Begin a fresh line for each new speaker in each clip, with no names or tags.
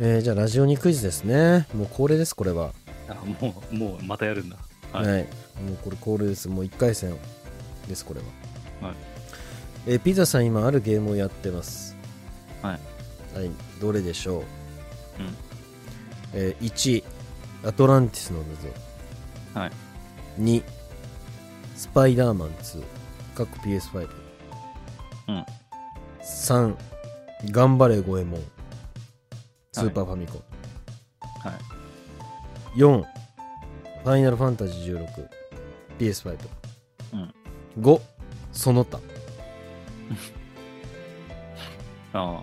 えーじゃあラジオにクイズですねもう恒例ですこれは
あもう、もう、またやるんだ。
は、
はいい
もうこれ恒例ですもう1回戦ですこれは
はい
えーピザさん今あるゲームをやってます
はい。
はいどれでしょう、
うん
えー1アトランティスの謎
はい。
2スパイダーマン2各 PS5
うん。
3頑張れ五右衛門スーパーファミコン、
はい。
4ファイナルファンタジー 16PS5
うん。
5その他
ああ。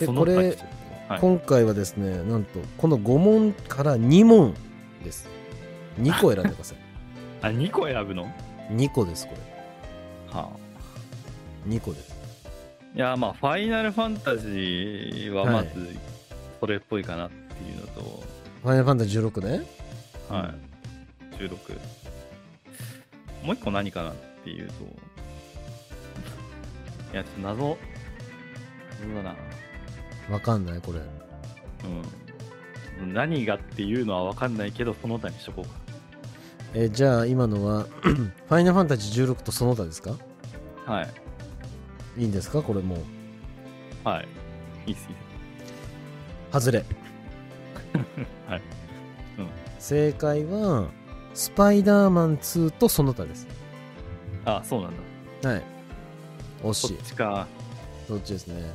で
その
これ
他来てるはい。
今回はですねなんとこの5問から2問です2個選んでく ださい
あ、2個選ぶのは
2個ですこ
あ。
れ2個です
いや、まあ、ファイナルファンタジーは
はい
まず、それっぽいかなっていうのと、
ファイナルファンタジー16ね
はい。16。もう一個何かなっていうと、いや、ちょっと謎、謎だな。
わかんないこれ
うん。何がっていうのは分かんないけど、その他にしとこうか。
えーじゃあ今のは ファイナルファンタジー16とその他ですか
はい。
いいんですかこれもう
はい。いいっす、いいっ
外れ
はいうん
正解はスパイダーマン2とその他です
す。あ、そうなんだ。
はい惜し
そっ
い
ちか。
そっちですね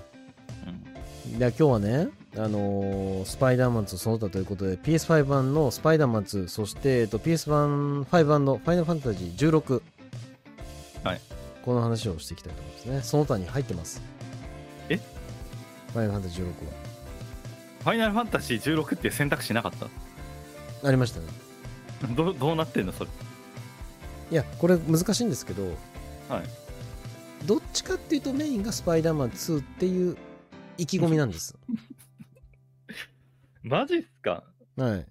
うん。
いや今日はね、あのースパイダーマン2その他ということで PS5 版のスパイダーマン2そして、えっと、PS5 版ファイブ版のファイナルファンタジー16
はい
この話をしていきたいと思いますねその他に入ってます
え
ファイナルファンタジー16は
ファイナルファンタジー16っていう選択肢なかった
ありましたね
どうどうなってんのそれ。
いやこれ難しいんですけど
はい。
どっちかっていうとメインがスパイダーマン2っていう意気込みなん です。
マジっすか
はい。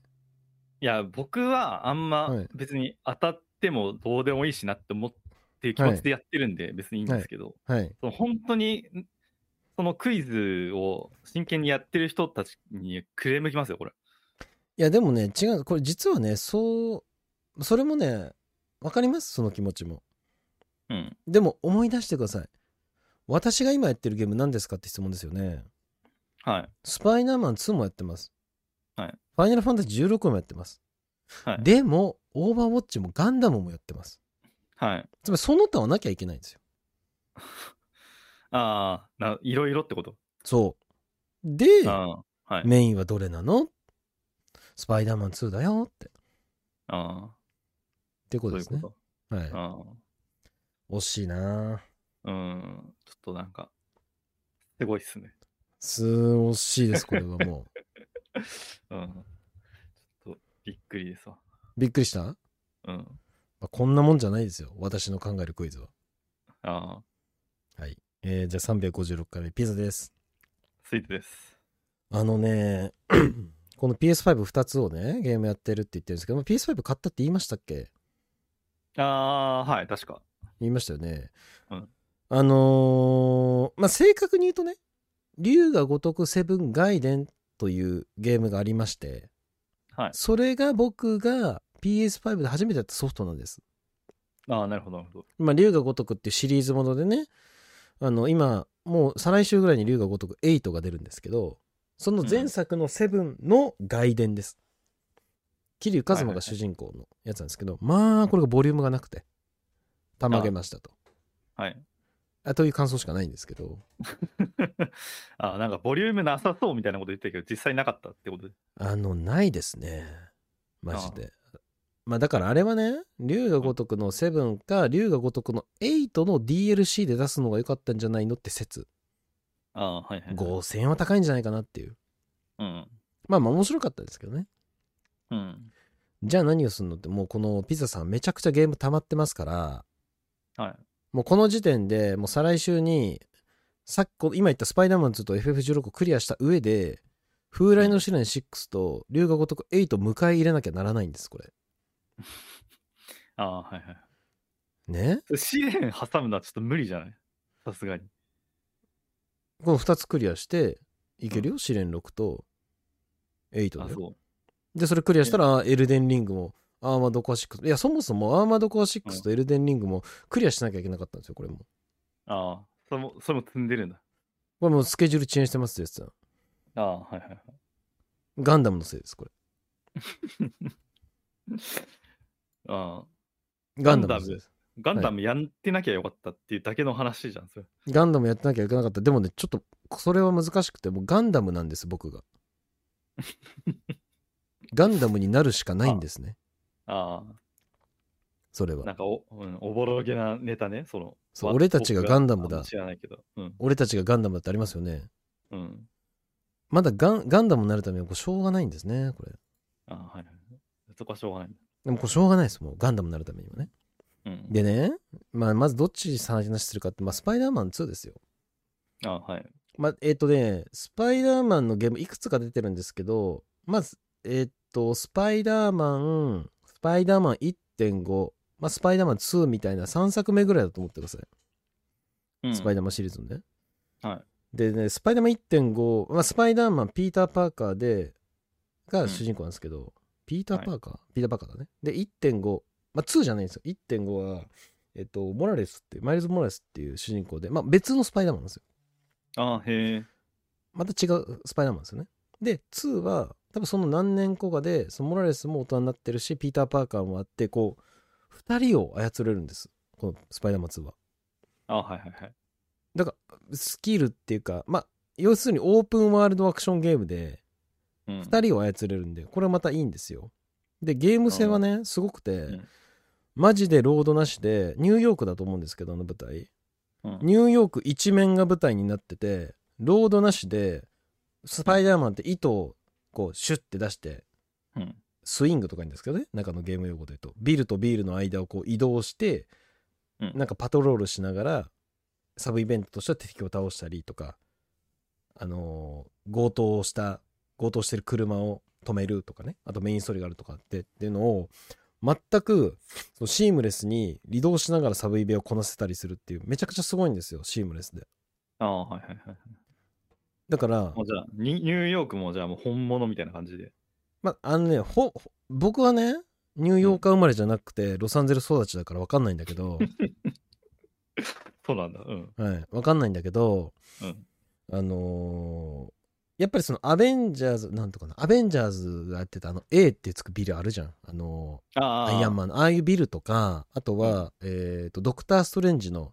いや、僕はあん
は
ま
い
別に当たってもどうでもいいしなって思っていう気持ちでやってるんで別にいいんですけど、
はい。
その本当にそのクイズを真剣にやってる人たちにクレームきますよ、これ。
いや、でもね、違う。これ実はね、そう、それもね、わかりますその気持ちも。
うん。
でも思い出してください。私が今やってるゲーム何ですかって質問ですよね。
はい。
スパイダーマン2もやってます。
はい
ファイナルファンタジー16もやってます。
はい
でも、オーバーウォッチもガンダムもやってます。
はい。
つまりその他はなきゃいけないんですよ。
ああ、ないろいろってこと。
そう。で、
ああ、はい。
メインはどれなのスパイダーマン2だよって。っ
ああ、
ていうこ
そ
とで
ういう
すね。
こと。
はい。
ああ。
惜しいなぁ
うん、ちょっとなんか、すごいっすね。
すー惜しいです、これはもう。
うん。ちょっとびっくりですわ。
びっくりした、ま
うん。
あ、こんなもんじゃないですよ。私の考えるクイズは。
ああ、
はい。えー、じゃあ356回目、ピザです。
スイートです。
あのね、 この PS52 つをね、ゲームやってるって言ってるんですけど、PS5 買ったって言いましたっけ
ああー、はい、確か。
言いましたよね。
うん
あのーまあ、正確に言うとね、竜が如くセブン外伝というゲームがありまして、
はい。
それが僕が PS5 で初めてやったソフトなんです。
ああ、なるほど、なるほど。
まあ、竜が如くっていうシリーズものでね、あの、今、もう再来週ぐらいに竜が如く8が出るんですけど、その前作のセブンの外伝です。桐生一馬が主人公のやつなんですけど、まあ、これがボリュームがなくて、たまげましたと。
はい。
あという感想しかないんですけど、
ああ、なんかボリュームなさそうみたいなこと言ってたけど、実際なかったってことで。
あの、ないですね。マジで。まあ、だからあれはね、竜が如くのセブンか、竜が如くの8の DLC で出すのが良かったんじゃないのって説。
ああ、はいはい。
5000円は高いんじゃないかなっていう。
うん。
まあまあ面白かったですけどね。
うん。
じゃあ何をするのってもうこのピザさんめちゃくちゃゲーム溜まってますから
はい。
もうこの時点でもう再来週にさっき今言ったスパイダーマン2と FF16 をクリアした上で風来の試練6と龍が如く8を迎え入れなきゃならないんですこれ
ああ、はいは
ね
い。試練挟むのはちょっと無理じゃないさすがに。
この2つクリアしていけるよ試練6と8
あ
だよ
そ
でそれクリアしたらあーエルデンリングもアーマードコア6いやそもそもアーマードコア6とエルデンリングもクリアしなきゃいけなかったんですよこれも
うああそれもそれも積んでるんだ
これもうスケジュール遅延してますってやつだ
ああはいはいはい
ガンダムのせいですこれ
ああ
ガンダムのせいです
ガンダムやってなきゃよかったっていうだけの話じゃんそれ
ガンダムやってなきゃいけなかったでもねちょっとそれは難しくてもうガンダムなんです 僕がガンダムになるしかないんですね
あ
それ
あな
は
んかお,、うん、おぼろげなネタねその
そう
わ
俺たちが
僕
ガンダムだ
あんま知らないけどうん
俺たちがガンダムだってありますよね
うん
まだガンガンダムになるためにはこうしょうがないんですねこれ
ああはいはいそこはしょうがないんだ
でもこうしょうがないですもうガンダムになるためにはね
うん
でね、まあ、まずどっち話するかって、まあ、スパイダーマン2ですよ。
ああはい
まあ、えっ、とね、スパイダーマンのゲームいくつか出てるんですけど、まず、えっ、と、スパイダーマン、スパイダーマン1.5、まあ、スパイダーマン2みたいな3作目ぐらいだと思ってください。
うん
スパイダーマンシリーズのね。
はい
でね、スパイダーマン1.5、まあ、スパイダーマン、ピーター・パーカーで、が主人公なんですけど、ピーター・パーカー、ピーター・パーカーだね。で、1.5、まあ、2じゃないんですよ。1.5は、えっと、モラレスっていう、マイルズ・モラレスっていう主人公で、まあ、別のスパイダーマンなんですよ。
ああへえ
また違うスパイダーマンですよね。で、2は、多分その何年後かで、そのモラレスも大人になってるし、ピーター・パーカーもあって、こう、2人を操れるんです。このスパイダーマン2は。
ああはいはいはい
だからスキルっていうかまあ要するにオープンワールドアクションゲームで
うん
2人を操れるんでこれはまたいいんですよでゲーム性はねすごくて、
ん
マジでロードなしでニューヨークだと思うんですけどあの舞台
うん
ニューヨーク一面が舞台になっててロードなしでスパイダーマンって糸をこうシュッて出して
うん
スイングとか言うんですけどね中のゲーム用語で言うとビルとビールの間をこう移動して、
うん
なんかパトロールしながらサブイベントとしては敵を倒したりとかあのー強盗をした強盗してる車を止めるとかねあとメインストーリーがあるとかってっていうのを全くそのシームレスに移動しながらサブイベをこなせたりするっていうめちゃくちゃすごいんですよシームレスで
ああはいはいはい
だから
もうじゃあニニューヨークもじゃあもう本物みたいな感じで
まあのねほほ僕はねニューヨーカー生まれじゃなくてロサンゼルス育ちだから分かんないんだけ ど
そうなんだうん
はい、わかんないんだけど、
うん
あのーやっぱりそのアベンジャーズなんとかなアベンジャーズがやってたあの A ってつくビルあるじゃんあのー
ああ
アイアンマンのああいうビルとかあとは、えっ、とドクター・ストレンジの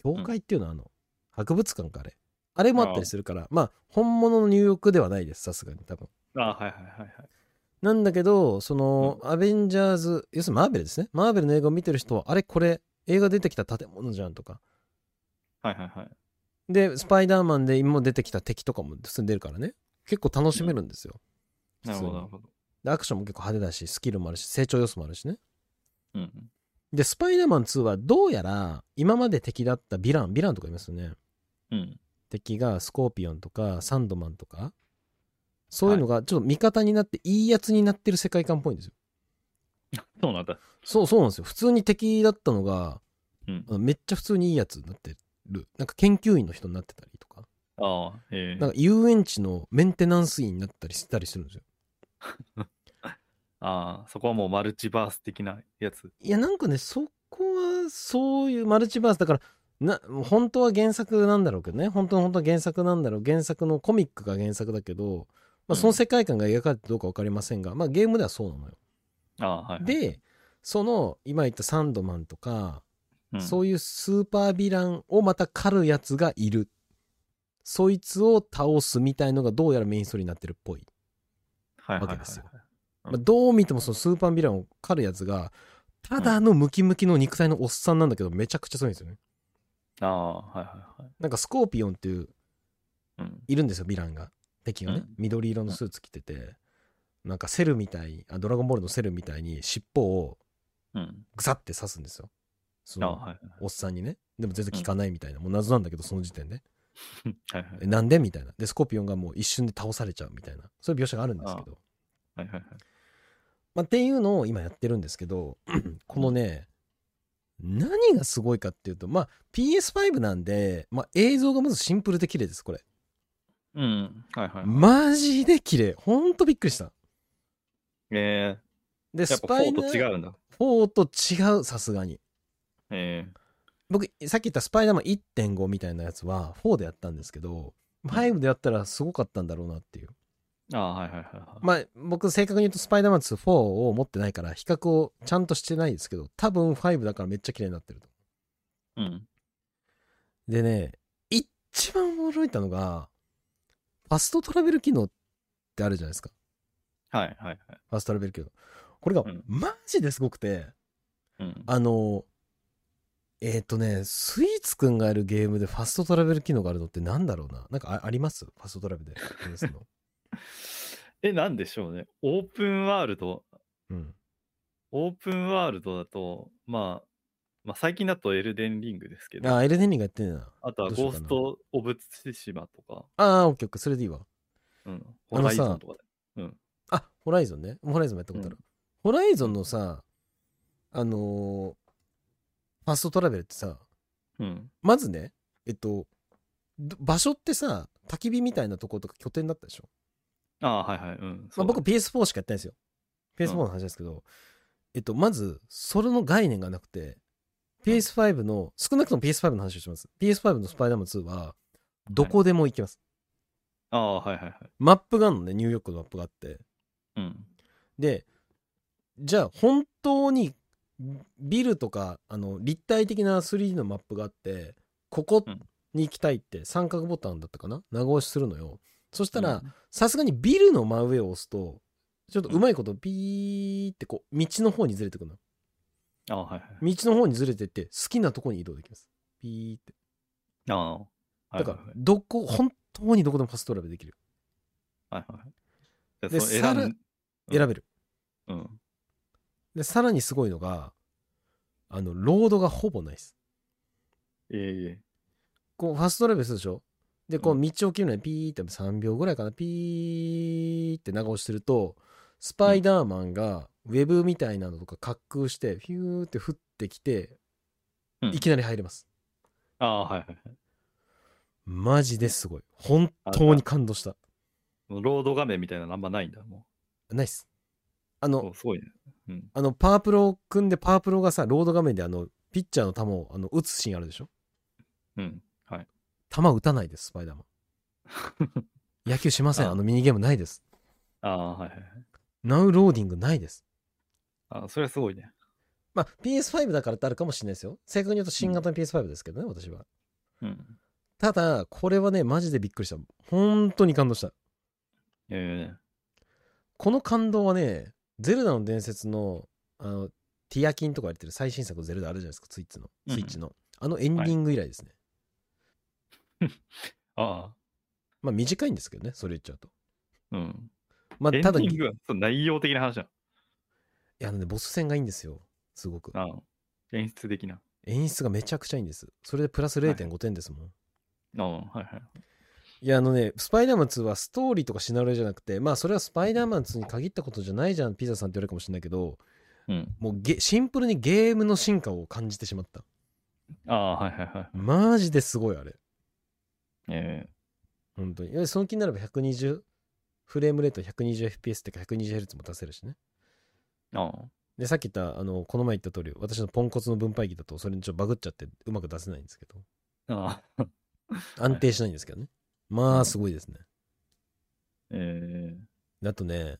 教会っていうのはあの、博物館かあれあれもあったりするからまあ本物のニューヨークではないですさすがに多分
ああはいはいはいはい
なんだけどその、アベンジャーズ要するにマーベルですねマーベルの映画を見てる人はあれこれ映画出てきた建物じゃんとか
はいはいはい
で、スパイダーマンで今出てきた敵とかも普通に出るからね、結構楽しめるんですよ。
なるほどな
普通
るほど
にでアクションも結構派手だし、スキルもあるし、成長要素もあるしね。
うん
で、スパイダーマン2はどうやら、今まで敵だったヴィラン、ヴィランとかいますよね。
うん
敵がスコーピオンとかサンドマンとか、そういうのがちょっと味方になっていいやつになってる世界観っぽいんですよ。
そうなんだ
そう、そうなんですよ。普通に敵だったのが、
うん
あのめっちゃ普通にいいやつになってる。なんか研究員の人になってたりとか、
ああへえ
なんか遊園地のメンテナンス員になったりしたりするんですよ。
ああそこはもうマルチバース的なやつ
いやなんかねそこはそういうマルチバースだからな本当は原作なんだろうけどね本当の本当は原作なんだろう原作のコミックが原作だけど、まあ、その世界観が描かれてどうか分かりませんが、まあ、ゲームではそうなのよ。
ああはいはい、
でその今言ったサンドマンとか、
うん、
そういうスーパーヴィランをまた狩るやつがいるそいつを倒すみたいのがどうやらメインストーリーになってるっぽい。
はいは
わ
い
け
はい
ですよ
はい
まあ、どう見てもそのスーパーヴィランを狩るやつがただのムキムキの肉体のおっさんなんだけどめちゃくちゃ強いんですよね。
ああはいはいはい
なんかスコーピオンっていう
うん
いるんですよヴィランが敵がね、
うん
緑色のスーツ着ててなんかセルみたいあドラゴンボールのセルみたいに尻尾を
うん
グサッて刺すんですよそ
ああ
の
はい
おっさんにねでも全然効かないみたいな、もう謎なんだけどその時点で
はい はい
えなんでみたいなでスコーピオンがもう一瞬で倒されちゃうみたいなそういう描写があるんですけど
はいはいはい
まあ、っていうのを今やってるんですけ どこのね何がすごいかっていうとまあ PS5 なんで、まあ、映像がまずシンプルで綺麗ですこれ
うん。はいはい。
マジで綺麗ほんとびっくりした
え
で
ー、やっ
ス
ぱ
パイ
4
ダー
と違うんだ。
4と違うさすがに
え
僕さっき言ったスパイダーマン1.5みたいなやつは4でやったんですけど5でやったらすごかったんだろうなっていう
ー、ああ、はいはいはいはい。
まあ僕正確に言うとスパイダーマン2、4を持ってないから比較をちゃんとしてないですけど多分5だからめっちゃ綺麗になってると
うん。
でね一番驚いたのがファストトラベル機能ってあるじゃないですか
はいはいはい。
ファストトラベル機能これが
うん
マジですごくて
うん。
あのえっ、とねスイーツくんがやるゲームでファストトラベル機能があるのってなんだろうななんかあありますファストトラベルでプレイするの
え、なんでしょうね。オープンワールド、
うん
オープンワールドだと、まあ、まあ、最近だとエルデンリングですけど、
あ
あ
エルデンリングやってんねんな
とは
どうしよう
ゴー
か
ス
な
ト・オブ・ツシマとか、
あーオッケーオッケーそれでいいわ
うん、
あ
ホ
の
ライ
さ
ゾンとかで。うん。
あホライゾンねホライゾンもやったことある、ホライゾンのさあのーファストトラベルってさ
うん。
まずねえっとど場所ってさ焚き火みたいなとことか拠点だったでしょ、
ああ、はいはい。うん。
ま
そ
あ、
う
僕 PS4 しかやってないですよ PS4 の話ですけど、えっとまずそれの概念がなくて PS5 の少なくとも PS5 の話をします PS5 のスパイダーマン2はどこでも行きます、
ああ、はいはいはい。
マップがあるのねニューヨークのマップがあって
うん。
でじゃあ本当にビルとかあの立体的な 3D のマップがあってここ
うん
に行きたいって三角ボタンだったかな長押しするのよそした
う
ら
ん
さすがにビルの真上を押すとちょっとうまいことピーってこう道の方にずれてくの
ああ、はいはい。
道の方にずれてって好きなとこに移動できますピーって
ああ。はいはいはい
だからどこ本当にどこでもファストトラベルできる
はいはいはい。
で
で、その
猿
選んうん
選べる
うん。
でさらにすごいのがあのロードがほぼないです
ええ
こうファストトラベルするでしょでこ
う
う道を切るのにピーって3秒ぐらいかなピーって長押しするとスパイダーマンがウェブみたいなのとか滑空してフューって降ってきて
うん
いきなり入れます、
ああ、はいはいはい。
マジですごい本当に感動した
もうロード画面みたいなのあんまないんだ、も
ナイスあ
う。
の
もうすごいね。うん。
あのパワープロ組んでパワープロがさロード画面であのピッチャーの球をあの打つシーンあるでしょ
うん。はい。
球打たないですスパイダーマ ン野球しません
あ
あのミニゲームないです
ああ、はいはいはい。
ナウローディングないです
ああ、それはすごいね。
まあ、PS5 だからってあるかもしれないですよ。正確に言うと新型の PS5 ですけどね、私は。
うん。
ただ、これはね、マジでびっくりした。本当に感動した。
え
この感動はね、ゼルダの伝説の、あの、ティアキンとか言ってる最新作のゼルダあるじゃないですか、スイッチの。
うん
スイッチの。あのエンディング以来ですね。
えあ
まあ、短いんですけどね、それ言っちゃうと。
あ、うん。
まあ、
エンデ
ただ、
ィン
い
グはそう内容的な話だ。
や、あのね、ボス戦がいいんですよ。すごく。
ああ、演出的な。
演出がめちゃくちゃいいんです。それでプラス0.5点ですもん。
ああ、はいはい。
いやあのね、スパイダーマン2はストーリーとかシナリオじゃなくて、まあそれはスパイダーマン2に限ったことじゃないじゃん、ピザさんって言われるかもしれないけど、
うん。
もうゲシンプルにゲームの進化を感じてしまった。
ああ、はいはいはい。
マジですごいあれ。
え
本当に。いやその気になれば120、フレームレート 120fps ってか 120Hz も出せるしね。
えああ、
で、さっき言った、あの、この前言った通り、私のポンコツの分配器だと、それにちょっとバグっちゃってうまく出せないんですけど、
ああ、
安定しないんですけどね。まあすごいですね。
ええ
あとね、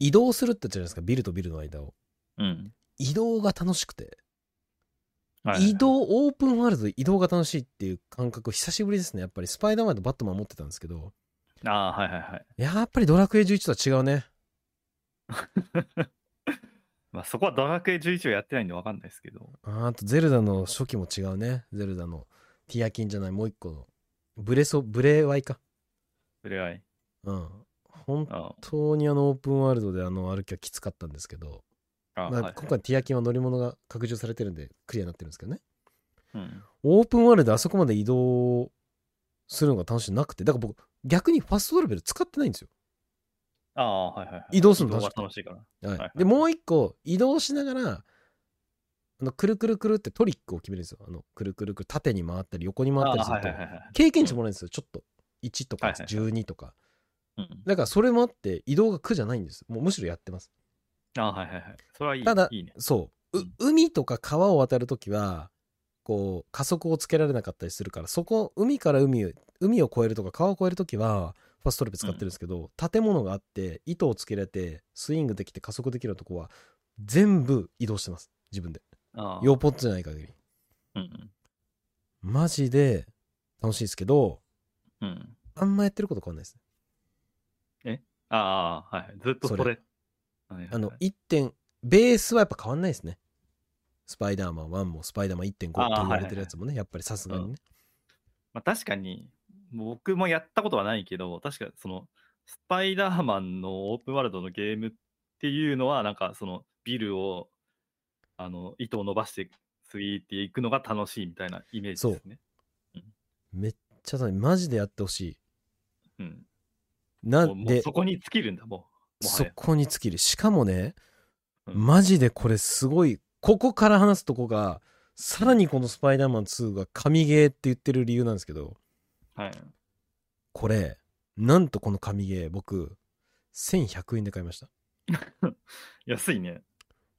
移動するって言ったじゃないですか、ビルとビルの間を。
うん。
移動が楽しくて。
はい
移動オープンワールドで移動が楽しいっていう感覚久しぶりですねやっぱりスパイダーマンとバットマン持ってたんですけど
ああ、はいはいはい。
やっぱりドラクエ11とは違うね
まあそこはドラクエ11をやってないんでわかんないですけど。
あーあとゼルダの初期も違うねゼルダのティアキンじゃないもう一個のブレソブレワイか
それはい。
うん本
あ
当にあのオープンワールドであの歩きはきつかったんですけど、
あ、ああ
まあ
はい
今回ティアキンは乗り物が拡充されてるんでクリアになってるんですけどね
うん。
オープンワールドであそこまで移動するのが楽しいなくてだから僕逆にファストトラベル使ってないんですよ
ああ、はいはいはい。
移動するの
移動は
楽
楽しいから。
はい
はい
でもう一個移動しながらあのくるくるくるってトリックを決めるんですよあのくるくるくる縦に回ったり横に回っ
あ
たり
あ、
する
はい
と
はいはいはい。
経験値もらえるんですよちょっと1とか
はいはい
12とか。
うん。
だからそれもあって移動が苦じゃないんです。もうむしろやってます。
あはいはいはい。それはいい。
ただ
いいね。
そう。う
うん
海とか川を渡るときは、こう、加速をつけられなかったりするから、そこ、海から海を、海を越えるとか川を越えるときは、ファストトリップ使ってるんですけど、建物があって、糸をつけられて、スイングできて加速できるとこは、全部移動してます。自分で。
あー
よっぽどじゃない限り。
うん
マジで楽しいですけど、
うん。うん。
あんまやってること変わんないですね。
ああ、はいはい。ずっとそれ。
それ
はいはいはい
あの、1点、ベースはやっぱ変わんないですね。スパイダーマン1もスパイダーマン1.5と言われてるやつもね、やっぱりさすがにね。
まあ、確かに、僕もやったことはないけど、確かその、スパイダーマンのオープンワールドのゲームっていうのは、なんかその、ビルを、あの、糸を伸ばして、スイーっていくのが楽しいみたいなイメージですね。
めっちゃ楽しいマジでやってほしい。
うん。
な
もうんもう
で、
そこに尽きるんだ、もう。もは
そ
や
こに尽きる。しかもね、
うん
マジでこれすごい、ここから話すとこが、さらにこのスパイダーマン2が神ゲーって言ってる理由なんですけど、
はい。
これ、なんとこの神ゲー、僕、1100円で買いました。
安いね。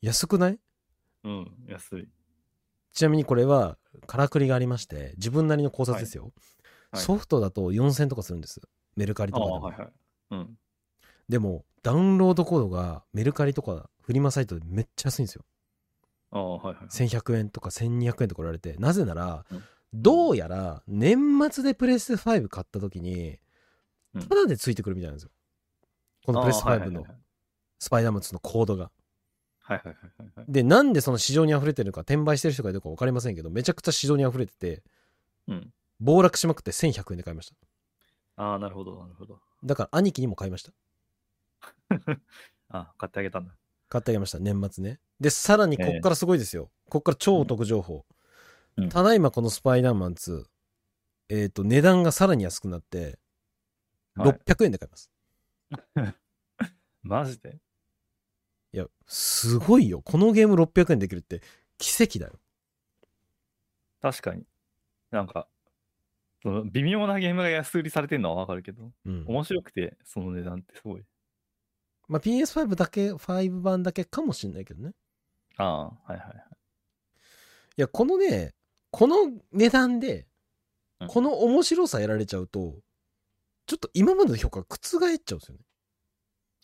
安くない
うん、安い。
ちなみにこれは、からくりがありまして、自分なりの考察ですよ。
はい
ソフトだと4000とかするんです。メルカリ
あ
とかで
あ、
も。
はいはい。うん。
でも、ダウンロードコードがメルカリとかフリマサイトでめっちゃ安いんですよ。
ああ、はいはい。
1100円とか1200円とか売られてなぜなら
うん
どうやら年末でプレステ5買った時に
うん
タダでついてくるみたいなんですよこのプレステ
ああはいは
5
いはい
のスパイダーマン2のコードが
はいはいはいはい。
でなんでその市場に溢れてるのか転売してる人がいるか分かりませんけどめちゃくちゃ市場に溢れてて
うん。
暴落しまくって1100円で買いました
ああ、なるほど、なるほど。
だから兄貴にも買いました
ああ、買ってあげたんだ。
買ってあげました年末ねでさらにこっからすごいですよ、こっから超お得情報、
うん
ただいまこのスパイダーマン2えっ、と値段がさらに安くなって
はい
600円で買います、
マジで
いや、すごいよ。このゲーム600円できるって奇跡だよ。
確かに。なんか、その微妙なゲームが安売りされてるのはわかるけど、
うん。
面白くて、その値段ってすごい。
まあ、PS5 だけ、5版だけかもしんないけどね。
ああ、はいはいはい。
いや、このね、この値段で
う、ん
この面白さやられちゃうと、ちょっと今までの評価が覆っちゃうんですよね。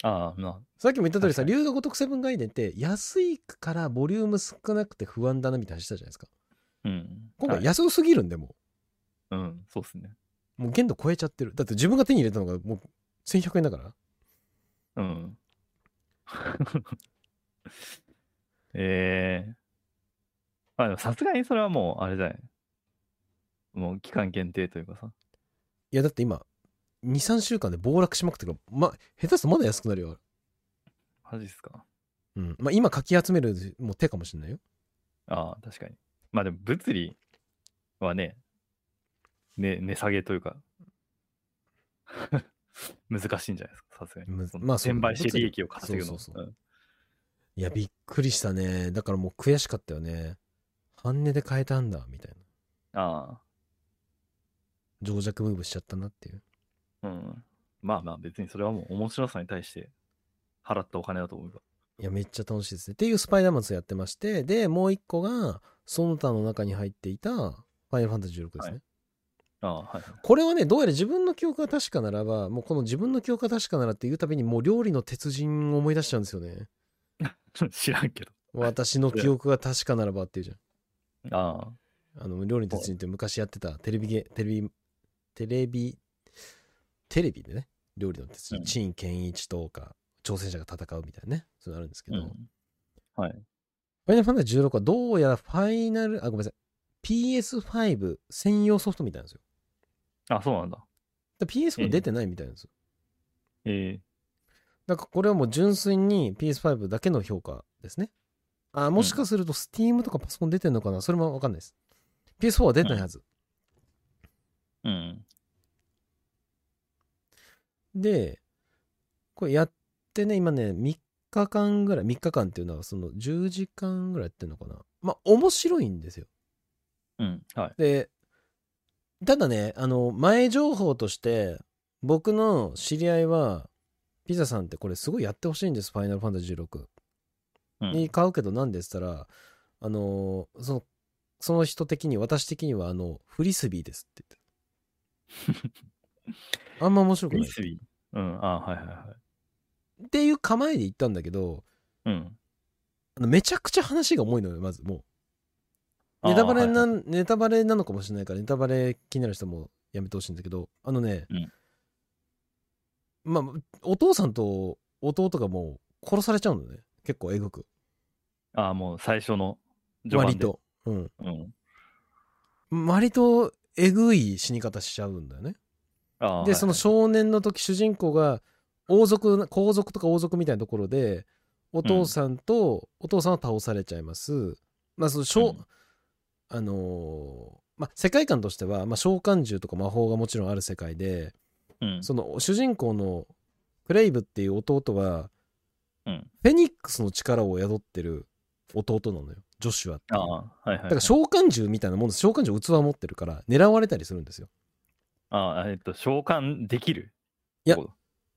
ああ、ま
さっきも言った通りさ、
確
龍が如くセブンガイデンって、安いからボリューム少なくて不安だなみたいな話したじゃないですか。
あ、うん。
今回
はい
安すぎるんで、も
うん、そうっすね。
う、もう限度超えちゃってる。だって自分が手に入れたのがもう1100円だから。
うん。 ええまあでもさすがにそれはもう、あれじゃない。もう期間限定というかさ。
いやだって今23週間で暴落しまくってるからまあ下手すとまだ安くなるよ、
マジっすか。
うんまあ、今かき集めるもう手かもしれないよ
ああ、確かに。まあでも物理はね、ね、値下げというか、 難しいんじゃないですか、さすがに。
む
その
まあそう
転売して
物理
利益を稼ぐの。
そうそういやびっくりしたねだからもう悔しかったよね半値で買えたんだみたいな
うんあ
情弱ムーブしちゃったなっていう
あ、うん。まあまあ別にそれはもう面白さに対して払ったお金だと思うか
いやめっちゃ楽しいですねっていうスパイダーマン2やってましてでもう一個がその他の中に入っていたファイナルファンタジー16ですね、
はら。ああ、はい。
これはねどうやら自分の記憶が確かならばもうこの自分の記憶が確かならっていうたびにもう料理の鉄人を思い出しちゃうんですよね
知らんけど。
私の記憶が確かならばっていうじ
あ
ゃん。あの、料理の鉄人って昔やってたテレビゲ、テレビ、テレビ、テレビでね、料理の鉄
う
人、
ん
陳健一とか、挑戦者が戦うみたいなね、そういうのあるんですけ
あ、う
ど、
ん
フ。
はい。
ァイナルファンタジー16はどうやらファイナル、あ、ごめんなさい、PS5 専用ソフトみたいなんですよ。
あ、そうなんだ。
だから PS5 出てないみたいなんですよ。
ええ
だからこれはもう純粋に PS5 だけの評価ですね。あ、もしかすると Steam とかパソコン出てんのかなそれもわかんないです。PS4 は出てないはず。
うん。
で、これやってね、今ね、3日間ぐらい、3日間っていうのは、その10時間ぐらいやってるのかな。まあ、面白いんですよ。
うん。はい。
で、ただねあの前情報として僕の知り合いはピザさんってこれすごいやってほしいんです「ファイナルファンタジー16」
うん
に買うけどなんでっつったらあのーそのその人的に私的にはあのフリスビーですって 言ってたあんま面白く
フ
な
リ
い
スビーうん、あはいはいはい。
っていう構えで行ったんだけど
うん。
あのめちゃくちゃ話が重いのよまずもうネタバレな、
あーはい
ネタバレなのかもしれないからネタバレ気になる人もやめてほしいんだけどあのね、
うん
まあお父さんと弟がもう殺されちゃうのね結構えぐく
あーもう最初の序盤
割
で。
とうん
うん。
割とえぐい死に方しちゃうんだよね
あー
でその
はい
少年の時主人公が王族な皇族とか王族みたいなところでお父さんと、お父さんは倒されちゃいますまあその小、
うん
あのーまあ、世界観としては、まあ、召喚獣とか魔法がもちろんある世界で、
はいうん。
その主人公のクレイブっていう弟は、
うん
フェニックスの力を宿ってる弟なのよジョシュアってい
あ
う
あ、はいはいはい。
だから召喚獣みたいなもんです召喚獣器を持ってるから狙われたりするんですよ
あーえっと、召喚できる
いや、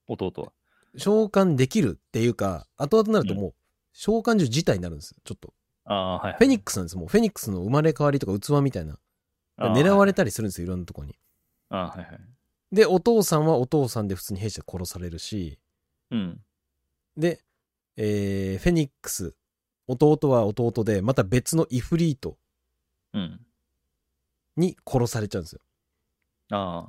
弟は。
召喚できるっていうか後々になるともう召喚獣自体になるんですよちょっと
ああー、はいはい。
フェニックスなんですもうフェニックスの生まれ変わりとか器みたいな
あー
狙われたりするんですよいろんなとこに
はいはいあーはいはい。
でお父さんはお父さんで普通に兵士が殺されるし
うん。
で、えーフェニックス弟は弟でまた別のイフリート
うん。
に殺されちゃうんですよ
あ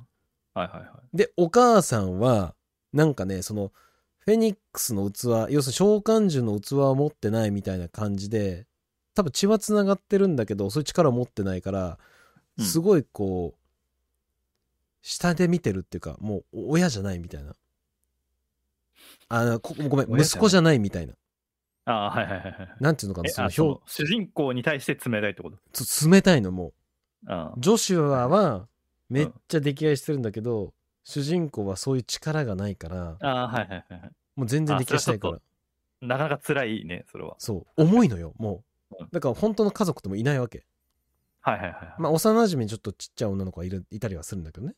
あ、はいはいはい。
でお母さんはなんかねそのフェニックスの器要するに召喚獣の器を持ってないみたいな感じで多分血はつながってるんだけどそういう力を持ってないから
うん
すごいこう、下で見てるっていうかもうお親じゃないみたいなあこごめん
親じゃない
息子じゃないみたいな
ああ、はいはいはいはい。
なんていうのかな
え
そ
あ
の
その
表
主人公に対して冷たいってこと
つ冷たいのもう
あ
ジョシュアはめっちゃ溺愛してるんだけど、主人公はそういう力がないから
あああ、はいはいはいはい。
もう全然溺愛したいから
あなかなか辛いね、それは。
そう重いのよも
うん
うだから本当の家族ともいないわけ
はいはいはいはい。
まあ幼馴染にちょっとちっちゃい女の子がいるいたりはするんだけどね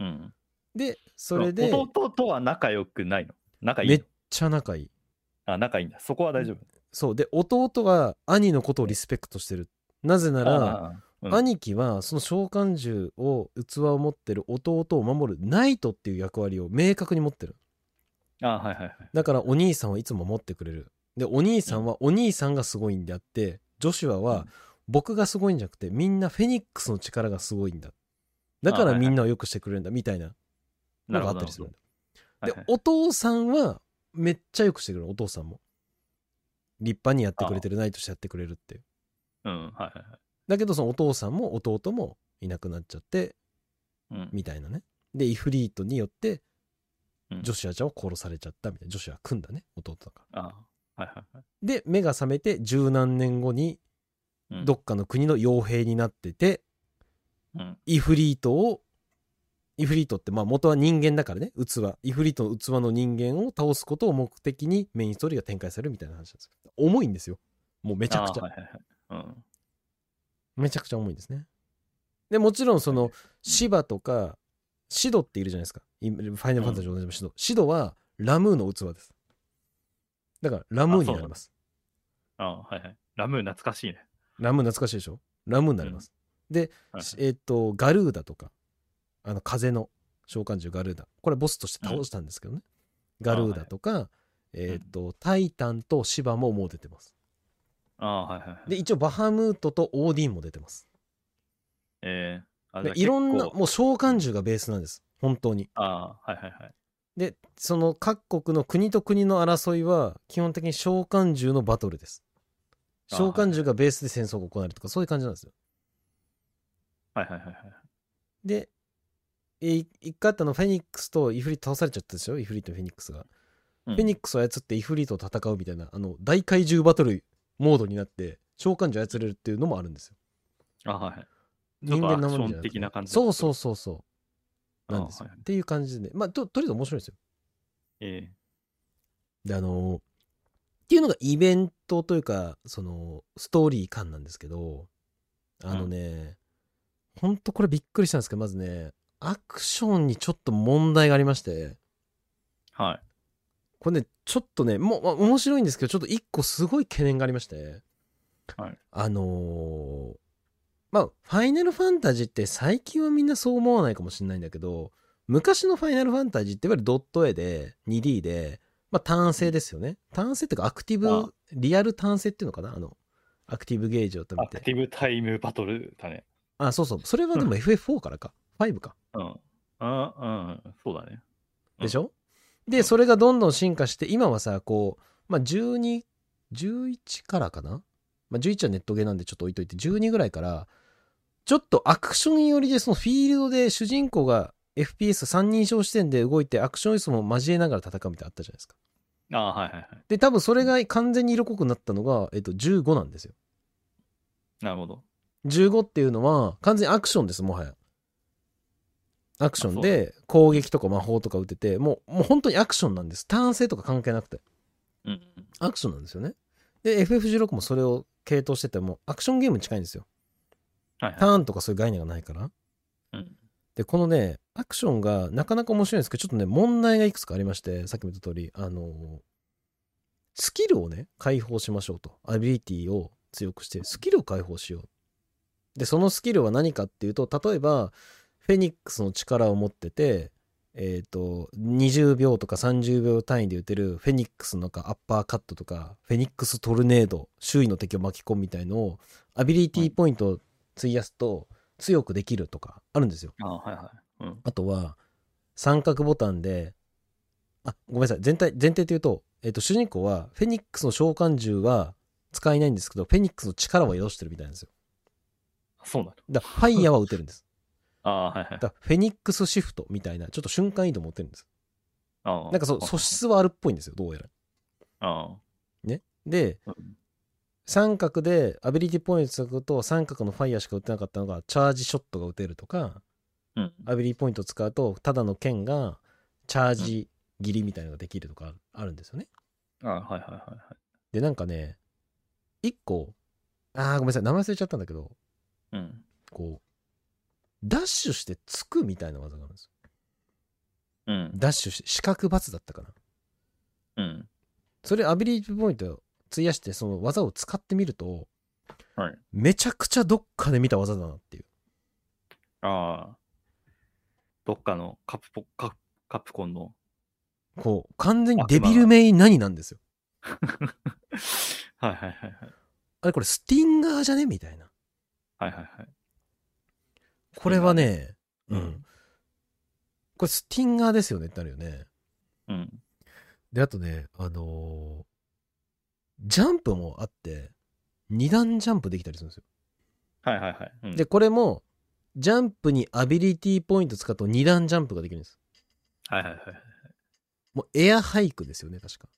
うん、
でそれでめっ
弟とは仲良くないの仲いいの
めちゃ仲いい
あ、仲いいんだ。そこは大丈夫。
そうで弟は兄のことをリスペクトしてるなぜなら、
ああうん、
兄貴はその召喚獣を器を持ってる弟を守るナイトっていう役割を明確に持ってる
ああ、はいはいはい。
だからお兄さんはいつも持ってくれるでお兄さんはお兄さんがすごいんであってジョシュア
う
は
ん
僕がすごいんじゃなくてみんなフェニックスの力がすごいんだだからみんなを良くしてくれるんだみたいなのがあったりするんだ
な
で
るほど。
お父さんはめっちゃ良くしてくれるお父さんも立派にやってくれてるナイトしてやってくれるっていう
はいはいうん、はいはいはい。
だけどそのお父さんも弟もいなくなっちゃって
うん、
みたいなねでイフリートによって
うん
ジョシュアちゃんを殺されちゃったみたいなジョシュア組んだね弟だから
ああ、はいはいはい
で目が覚めて十何年後に。
うん
どっかの国の傭兵になってて
うん、
イフリートをイフリートってまあ元は人間だからね器イフリートの器の人間を倒すことを目的にメインストーリーが展開されるみたいな話なんですよ重いんですよもうめ
め
ちゃくちゃ、
はいはいはい。うん。
めちゃくちゃ重いんですねでもちろんそのシバとかシドっているじゃないですかイファイナルファンタジーのおなじみシド、シドはラムーの器ですだからラムーになります
ああ、はいはい。ラムー懐かしいね。
ラムー懐かしいでしょラムーになります、で
はい
えっ、と、ガルーダとか、あの、風の召喚獣ガルーダ。これボスとして倒したんですけどね。ガルーダとか、えっ、と、タイタンとシバももう出てます。
ああ、はいはいはい。
で、一応バハムートとオーディンも出てます。
えー、あ
でいろんな、
も
もう召喚獣がベースなんです。本当に。
ああ、はいはいはい。
で、その各国の国と国の争いは、基本的に召喚獣のバトルです。
あ
召喚獣がベースで戦争が行われるとか、そういう感じなんですよ。
はいはいはいはい。
で、え一回あったのフェニックスとイフリート倒されちゃったでしょイフリートとフェニックスが。
うん
フェニックスを操ってイフリートと戦うみたいな、あの、大怪獣バトルモードになって、召喚獣操れるっていうのもあるんですよ。
あはいはい。ちょっ
人
とア
間
ク
の
シ
ものじゃ
ョ
な
ン
くて
的な感じ。
そうそうそうそう。なんですよ。
あはい
っていう感じで、まあ、と、とりあえず面白いですよ。
え
で、あのーっていうのがイベントというか、その、ストーリー感なんですけど、あのね、ほんとこれびっくりしたんですけど、まずね、アクションにちょっと問題がありまして、
はい。
これね、ちょっとね、もう、まあ面白いんですけど、ちょっと一個すごい懸念がありまして、
はい
あのーまあ、ファイナルファンタジーって最近はみんなそう思わないかもしれないんだけど、昔のファイナルファンタジーっていわゆるドット絵で、2D で、まあ、単性ですよね。単性っていうか、アクティ
あ
ブ、リアル単性っていうのかなあの、アクティブゲージを貯
ア
め
ク
て。
ティブタイムバトルだね。
あ、そうそう。それはでも FF4 からか。5か。
うん。あうん、そうだね。
でしょ、
う
で
ん
それがどんどん進化して今はさこう、まあ、1211からかな、まあ、11はネットゲーなんでちょっと置いといて12ぐらいからちょっとアクション寄りでそのフィールドで主人公が FPS3 人称視点で動いてアクション要素も交えながら戦うみたいなのあったじゃないですか
あはいはいはい。
で多分それが完全に色濃くなったのが、えっと、15なんですよ
なるほど。
15っていうのは完全にアクションですもはやアクション
あ
で攻撃とか魔法とか打ててもうもう本当にアクションなんです単性とか関係なくて
うん。
アクションなんですよね。で、FF16 もそれを系統してても、アクションゲームに近いんですよ。
はい
タ
は
ーンとかそういう概念がないから。
い。うん、
で、このね、アクションがなかなか面白いんですけど、ちょっとね、問題がいくつかありまして、さっきも言った通り、あの、スキルをね、解放しましょうと。アビリティを強くして、スキルを解放しよう。で、そのスキルは何かっていうと、例えば、フェニックスの力を持ってて、えっ、と、20秒とか30秒単位で打てるフェニックスのかアッパーカットとか、フェニックストルネード、周囲の敵を巻き込むみたいのを、アビリティポイントを費やすと強くできるとか、あるんですよ。
あはいはい。うん。
あとは、三角ボタンで、あ、ごめんなさい。全体、前提というと、えっ、と、主人公は、フェニックスの召喚獣は使えないんですけど、フェニックスの力は宿してるみたいなんですよ。
そうなの。
だから、ファイヤーは撃てるんです。
あはいはい
だ。から、フェニックスシフトみたいな、ちょっと瞬間移動持ってるんです。
あ
なんかそう、素質はあるっぽいんですよ、どうやら。
あ
で、三角でアビリティポイント使うと、三角のファイヤーしか撃てなかったのが、チャージショットが撃てるとか、
うん。
アビリティポイント使うと、ただの剣が、チャージ切りみたいなのができるとか、あるんですよね。
あはいはいはい。
で、なんかね、一個、あーごめんなさい、名前忘れちゃったんだけど、
うん。
こう、ダッシュしてつくみたいな技があるんですよ。
うん。
ダッシュして、四角×だったかな。
うん。
それアビリティポイントを費やして、その技を使ってみると、
はい
めちゃくちゃどっかで見た技だなっていう。
ああ。どっかのカプポカカプコンの。
こう、完全にデビルメイ何なんですよ。
はいはいはいはい。
あれこれスティンガーじゃねみたいな。
はいはいはい。
これはね、う
うん
ん。これスティンガーですよねってなるよね。
うん。
で、あとね、あのージャンプもあって、二段ジャンプできたりするんですよ。
はいはいはい。うん、
で、これも、ジャンプにアビリティポイント使うと二段ジャンプができるんです。
はいはいはい。
もうエアハイクですよね、確か。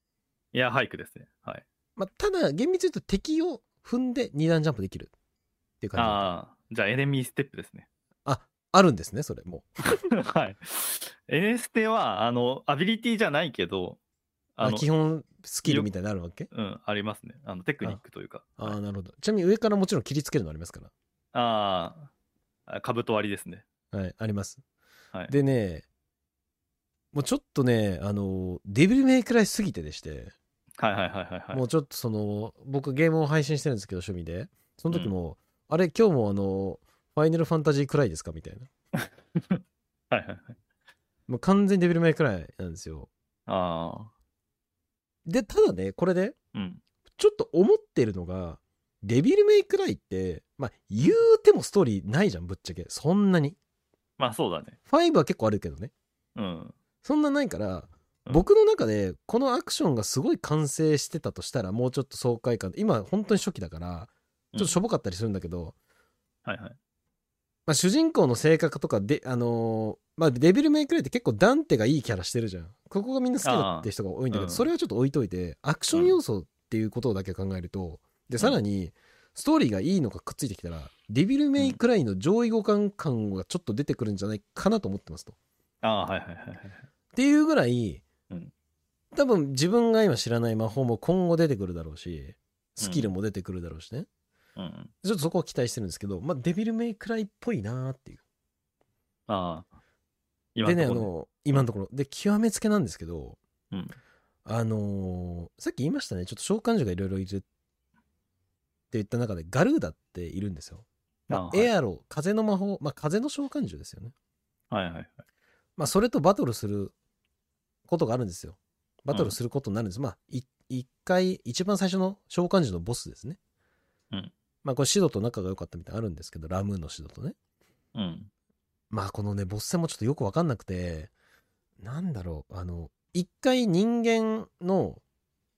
いや、俳句ですね。はい。
まあ、ただ、厳密に言うと敵を踏んで二段ジャンプできるっていう感じ。あ
ああ。じゃあ、エネミーステップですね。
るんですね、それも
はい。N ステは、あの、アビリティじゃないけ
う。
ど、あ
あ
の、
基本スキルみたいになのあるわけ
うん、ありますね。あの、テクニックというか。
ああー、なるほど。ちなみに上からもちろん切りつけるのありますから。
ああ、かぶと割りですね。
はい、あります。
はい
でね、もうちょっとね、あの、デビルメイクライすぎてでして、
はいはいはいはいはい。
もうちょっとその、僕ゲームを配信してるんですけど、趣味で。その時も、あれ、今日もあの、ファイナルファンタジーくらいですかみたいな。
はいはいはい。
もう完全にデビルメイクライなんですよ。
あ
で、ただね、これね、
あ、うん。
ちょっと思ってるのが、デビルメイクライって、まあ、言うてもストーリーないじゃん、ぶっちゃけ。そんなに。
まあそうだね。
5は結構あるけどね。
うん。
そんなないから、
うん
僕の中でこのアクションがすごい完成してたとしたらもうちょっと爽快感今本当に初期だからちょっとしょぼかったりするんだけど、
はいはい。
まあ、主人公の性格とかで、あのーまあ、デビルメイクレイって結構ダンテがいいキャラしてるじゃんここがみんな好きだって人が多いんだけど、
あーうん
それはちょっと置いといてアクション要素っていうことだけ考えるとでさらにストーリーがいいのがくっついてきたらデビルメイクライの上位互換感がちょっと出てくるんじゃないかなと思ってますと。
ああ、はいはいはいは
っ
い。
ていうぐらい、
うん
多分自分が今知らない魔法も今後出てくるだろうしスキルも出てくるだろうしね、
うん。
ちょっとそこは期待してるんですけど、まあ、デビルメイクライっぽいなーっていう。
ああ。今
でね、あ
とこ
の、今のところ。で、極めつけなんですけど、
うん
あのーさっき言いましたね、ちょっと召喚獣がいろいろいるって言った中で、ガルーダっているんですよ。まあ
あはい
エアロ、風の魔法、まあ、風の召喚獣ですよね。
はいはいはい。
まあ、それとバトルすることがあるんですよ。バトルすることになるんです。まあ、い一回、一番最初の召喚獣のボスですね。
うん
まあ、これ、シドと仲が良かったみたいなのあるんですけど、ラムーンのシドとね。
うん。
まあこのね、ボス戦もちょっとよくわかんなくて、なんだろう、あの、一回人間の、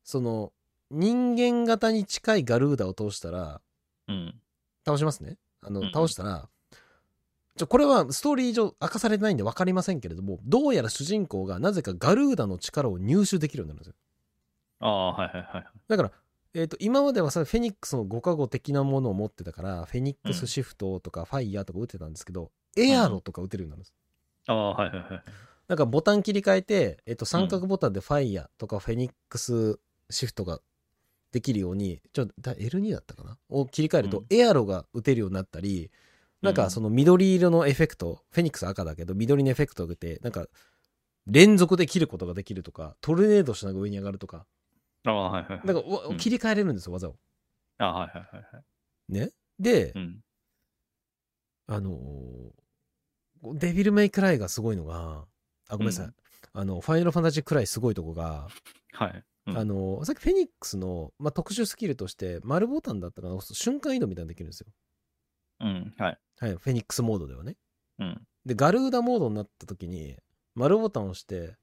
その、人間型に近いガルーダを倒したら、
うん。
倒しますね。あの
うんう、ん
倒したら、ちょ、これはストーリー上明かされてないんでわかりませんけれども、どうやら主人公がなぜかガルーダの力を入手できるようになるんですよ。
ああ、はいはいはい。
だから、えー、と今まではさフェニックスの5カゴ的なものを持ってたからフェニックスシフトとかファイヤーとか打ってたんですけど、エアロとか打てるようになるんです
ああ、はいはいはい。
なんかボタン切り替えて、えっと、三角ボタンでファイヤーとかフェニックスシフトができるように、ちょっとだ L2 だったかなを切り替えると
うん、
エアロが打てるようになったり、なん
う
か
ん
その緑色のエフェクト、フェニックス赤だけど、緑のエフェクトを打って、なんか連続で切ることができるとか、トルネードしながら上に上がるとか、
ああ、はいはいはい。
なんかわ
うん
切り替えれるんですよ、技を。
ああ、はいはいはいはい。
ね。で
う、ん。
あのーデビルメイクライがすごいのが、あ、ごめんなさい。
うん
あの、ファイナルファンタジークライすごいとこが、
はい。うん
あのさっきフェニックスの、まあ、特殊スキルとして丸ボタンだったかな瞬間移動みたいなのできるんですよ、
うん。はい。
はい、フェニックスモードではね
うん。
でガルーダモードになった時に丸ボタンを押して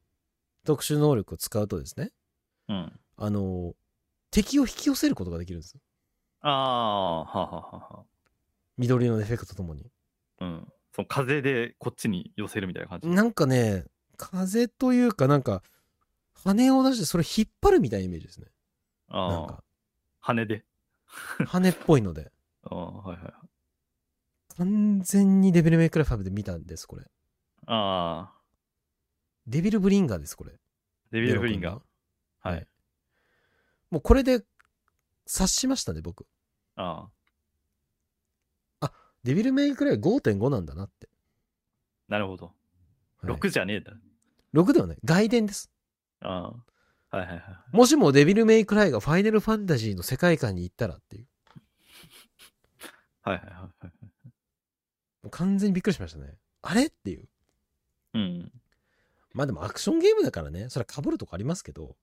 特殊能力を使うとですね
うん。
あの敵を引き寄せることができるんですよ
ああ、はあはあはあは
緑のエフェクトともに
あ。うん。その風でこっちに寄せるみたいな感じ。
なんかね風というかなんか羽を出してそれ引っ張るみたいなイメージですねな
あ
ん
あ
か。
羽で。
羽っぽいので
ああ、はいはいはい。
完全にデビルメイクライ5で見たんですこれ
ああ、
デビルブリンガーですこれ
デビルフリンが。は
はい
い。
もうこれで察しましたね、僕。
ああ、
デビルメイクライ5.5なんだなって。
なるほど。
はい
6じゃねえだ。
6ではない。外伝です。
ああ、はいはいはい。
もしもデビルメイクライがファイナルファンタジーの世界観に行ったらっていう。
はいはいはいはい。
もう完全にびっくりしましたね。あれっていう。
うん。
まあでもアクションゲームだからね、それは被るとこありますけど。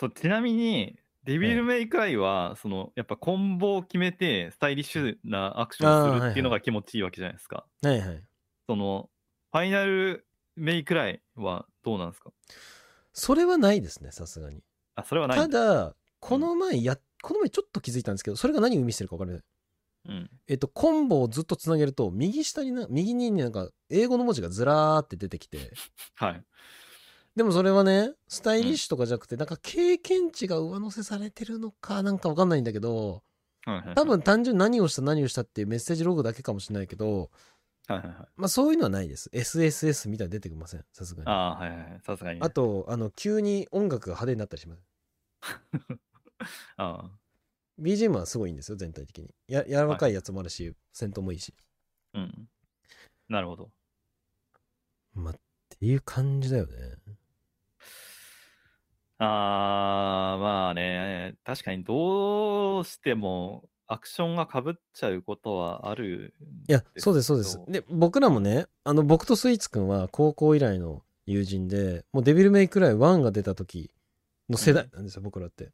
そう、ちなみに、デビルメイクライは、その、やっぱコンボを決めて、スタイリッシュなアクションをするっていうのが気持ちいいわけじゃないですか。
はいはい。
その、ファイナルメイクライはどうなんですか
それはないですね、さすがに。
あ、それはない
た、だ、この前や、この前ちょっと気づいたんですけど、それが何を意味してるか分かりません。
うん。
えっと、コンボをずっとつなげると、右下にな、右になんか、英語の文字がずらーって出てきて、
はい。
でもそれはね、スタイリッシュとかじゃなくて、なんか経験値が上乗せされてるのか、なんかわかんないんだけど、
はいはいはい
多、分単純に何をした何をしたっていうメッセージログだけかもしれないけど、
はいはいはい。
まあそういうのはないです。SSS みたいに出てきません、さすがに。あ
ああ、はいはいはい。さすがにね。
と、あの、急に音楽が派手になったりします。
ああ
BGM はすごいんですよ、全体的に。や、柔らかいやつもあるし、戦闘もいいし。
うん。なるほど。
まあ、っていう感じだよね。
あー、まあね、確かにどうしてもアクションがかぶっちゃうことはある。
いや、そうです、そうです。で、僕らもね、あの、僕とスイーツくんは高校以来の友人で、もうデビルメイクライ1が出た時の世代なんですよ、僕らって。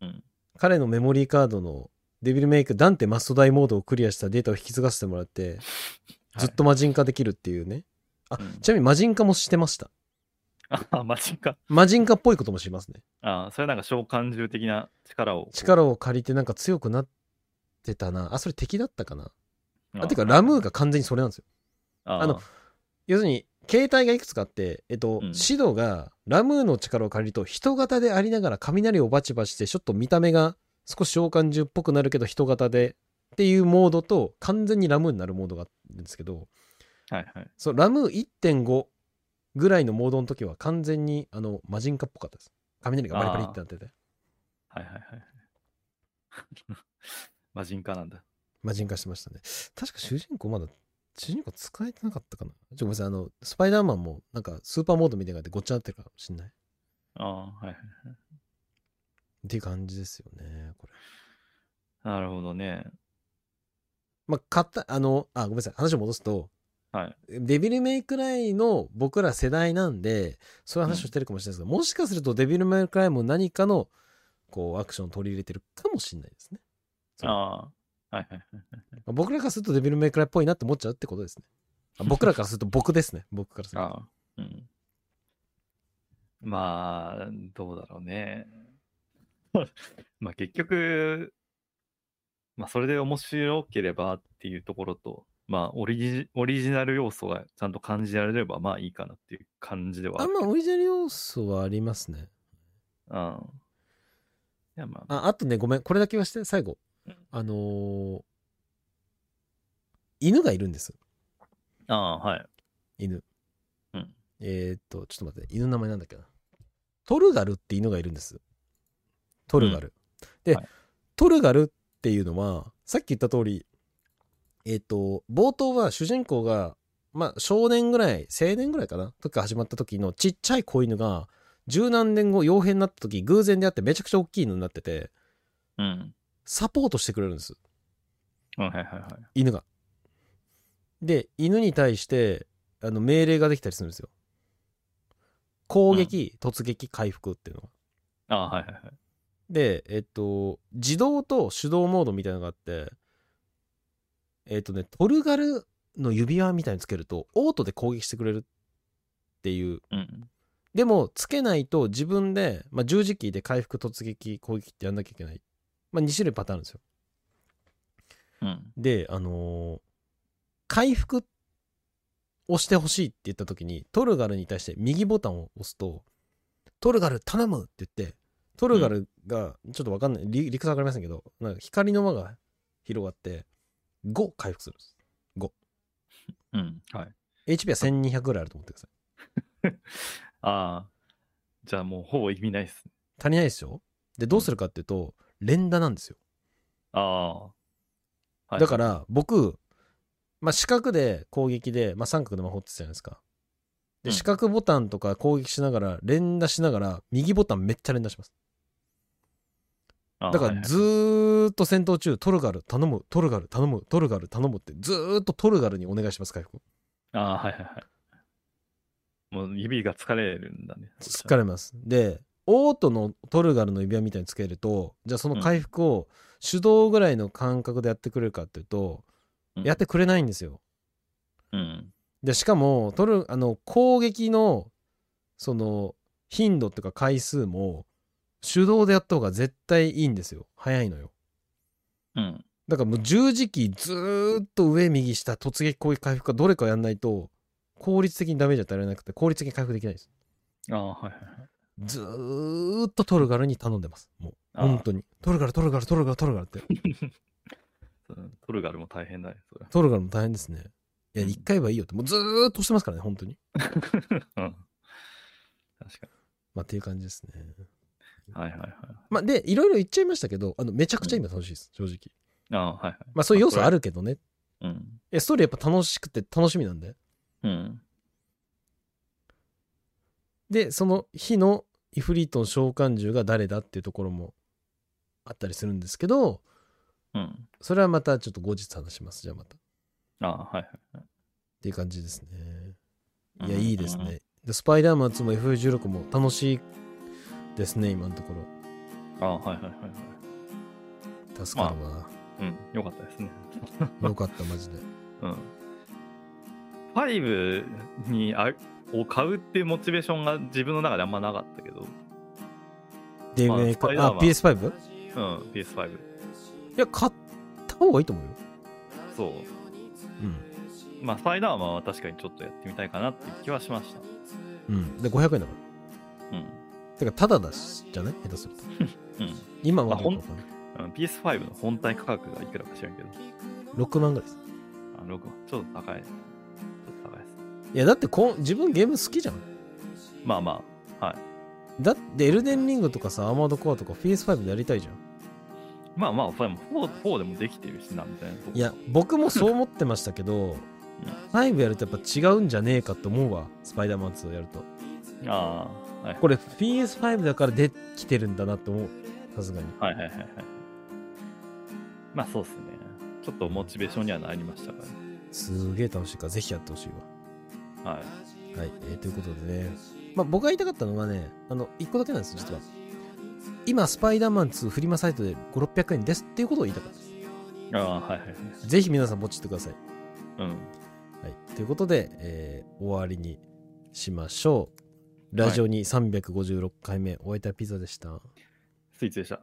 うん。
彼のメモリーカードのデビルメイク、ダンテマスト大モードをクリアしたデータを引き継がせてもら って、ずっと魔人化できるっていうね。あ
うん
ちなみに魔人化もしてました。
はい。 あ、マジか。
魔人化っぽいこともしますね。
あーそれなんか召喚獣的な力を。
力を借りてなんか強くなってたな。あ、それ敵だったかな。
あ
あ、てかラムーが完全にそれなんですよ。
あー
あの、要するに携帯がいくつかあって、えっと、
うん
シドがラムーの力を借りると人型でありながら雷をバチバチしてちょっと見た目が少し召喚獣っぽくなるけど人型でっていうモードと完全にラムーになるモードがあるんですけど
はいはい。
そのラムー1.5ぐらいのモードの時は完全にあの魔人化っぽかったです雷がバリバリってなってて
はいはいはい。 魔人化なんだ。
魔人化してましたね。確か主人公まだ、主人公使えてなかったかな。ちょっとごめんなさい、あの、スパイダーマンもなんかスーパーモードみたいなのがあってごっちゃになってるかもしんない。っ
ああ、はいはい。
ていう感じですよね、これ。
なるほどね。
まあ、買った、あの、あ、ごめんなさい、話を戻すと、
はい
デビルメイクライの僕ら世代なんで、そういう話をしてるかもしれないですけど、もしかするとデビルメイクライも何かの、こう、アクションを取り入れてるかもしれないですね。そう
ああ、はいはいはい。
まあ僕らからするとデビルメイクライっぽいなって思っちゃうってことですね。 あ僕らからすると僕ですね、僕からすると。
ああ、うん。まあ、どうだろう ね。まあ結局、まあそれで面白ければっていうところと、まあオリジオリジナル要素がちゃんと感じられればまあいいかなっていう感じでは
あ
あ
ん
る。
まオリジナル要素はありますね。
うん。いやまあ、
あ、あとね、ごめん、これだけはして、最後
うん。
あのー犬がいるんです。
ああ、はい。
犬。
うん
えーっと、ちょっと待って、犬の名前なんだっけな。トルガルって犬がいるんです。トルガル。で、
はい
トルガルっていうのは、さっき言った通り、えーっと、冒頭は主人公が、まあ、少年ぐらい、青年ぐらいかなとか始まった時のちっちゃい子犬が、十何年後、傭兵になった時、偶然出会ってめちゃくちゃ大きい犬になってて、
うん。
サポートしてくれるんです。
うん、はいはいはい。
犬が。で、犬に対して、あの、命令ができたりするんですよ。攻撃、突撃、回復っていうのが。
ああ、はいはいはい。
で、えっと、自動と手動モードみたいなのがあって、えっとね、トルガルの指輪みたいにつけると、オートで攻撃してくれるっていう。
うん。
でも、つけないと自分で、まあ、十字キーで回復、突撃、攻撃ってやんなきゃいけない。まあ、2種類パターンあるんですよ。
うん。
で、あのー回復をしてほしいって言った時に、トルガルに対して右ボタンを押すと、トルガル頼むって言って、トルガルが、ちょっとわかんない、理理屈わかりませんけど、なんか光の輪が広がって、5回復するんです。
うん。はい。
HP は1200ぐらいあると思ってください。
ああ、じゃあもうほぼ意味ないっすね。
足りないですよ。で、どうするかっていうと、連打なんですよ。
ああ。はい
だか、ら、僕、まあ、四角で攻撃で、まあ、三角の魔法って言ってたじゃないですか。で、
うん
四角ボタンとか攻撃しながら、連打しながら、右ボタンめっちゃ連打します。
ああ
だから、ずーっと戦闘中、トルガル頼む、トルガル頼む、トルガル頼むって、ずーっとトルガルにお願いします、回復。
ああ、はいはいはい。もう指が疲れるんだね。
疲れます。で、オートのトルガルの指輪みたいにつけると、じゃあその回復を手動ぐらいの感覚でやってくれるかっていうと、
うん
やってくれないんですよ。
うん。
で、しかも、取る、あの、攻撃の、その、頻度っていうか回数も、手動でやった方が絶対いいんですよ。早いのよ。
うん。
だからもう十字キーずーっと上右下突撃攻撃回復かどれかやんないと効率的にダメージ与えられなくて効率的に回復できないです。
ああ、はいはいはい。
ずーっとトルガルに頼んでます。もう
ああ
本当に。トルガルトルガルトルガルトルガルって。
うんトルガルも大変だね、それ
トルガルも大変ですね。いや、
うん
一回はいいよって。もうずーっとしてますからね、本当に。。
うん。確か
まあっていう感じですね。
に。はいはいはい。
まあ、で、いろいろ言っちゃいましたけど、あの、めちゃくちゃ今楽しいです、正直。
ああ、はいはい。
まあ、そういう要素あるけどね。
うん。
え、ストーリーやっぱ楽しくて楽しみなんで。
うん。
で、その日のイフリートン召喚獣が誰だっていうところもあったりするんですけど、
うん。
それはまたちょっと後日話します。じゃあまた。っ
ああ、はいはい
ていう感じですね。
はい
や、
うん
いいですね。で、スパイダーマン2も F16 も楽しいですね、今のところ。
ああ、はいはいはいはい。
助かるわ。
うん。よかったですね。
よかった、マジで。
うん。5にあを買うっていうモチベーションが自分の中であんまなかったけど、
で、
まあ
えー
スパイダー
あ、
マン
PS5? い
うん、PS5。
や、買った方がいいと思うよ。
そう。
うん。
まあ、スパイダーマンは確かにちょっとやってみたいかなっていう気はしました。
うん。で、500円だから。
うん。
てか、ただだし、じゃね下手すると。
うん。
今はどうかわかんない
うん PS5 の本体価格がいくらか知らんけど、
6万ぐらいです。
あ6万。ちょっと高い。ちょっと高いです。
いや、だってこん自分ゲーム好きじゃん。
まあま
だってエルデンリングとかさ、アーマードコアとか PS5 でやりたいじゃん。
あ、まあまあ、それも 4, 4でもできてるしな、みたいなとこ。
いや僕もそう思ってましたけど5やるとやっぱ違うんじゃねえかと思うわスパイダーマン2をやると
ああ、はい。
これ PS5 だからできてるんだなと思うさすがに
はいはいはいはい。まあそうっすね。ちょっとモチベーションにはなりましたか
すげえ楽しいからぜひやってほしい
ら、ね。はい。
わはい、えーということでね、まあ、僕が言いたかったのはねあの1個だけなんです実は今スパイダーマン2フリマサイトで5600円ですっていうことを言いたかったで
ああ、はいはいはい。
すぜひ皆さんぼっちってください
うん。
はい、ということで、えー終わりにしましょう。ラジオに356回目、お会いたいピザでした。
スイーツでした。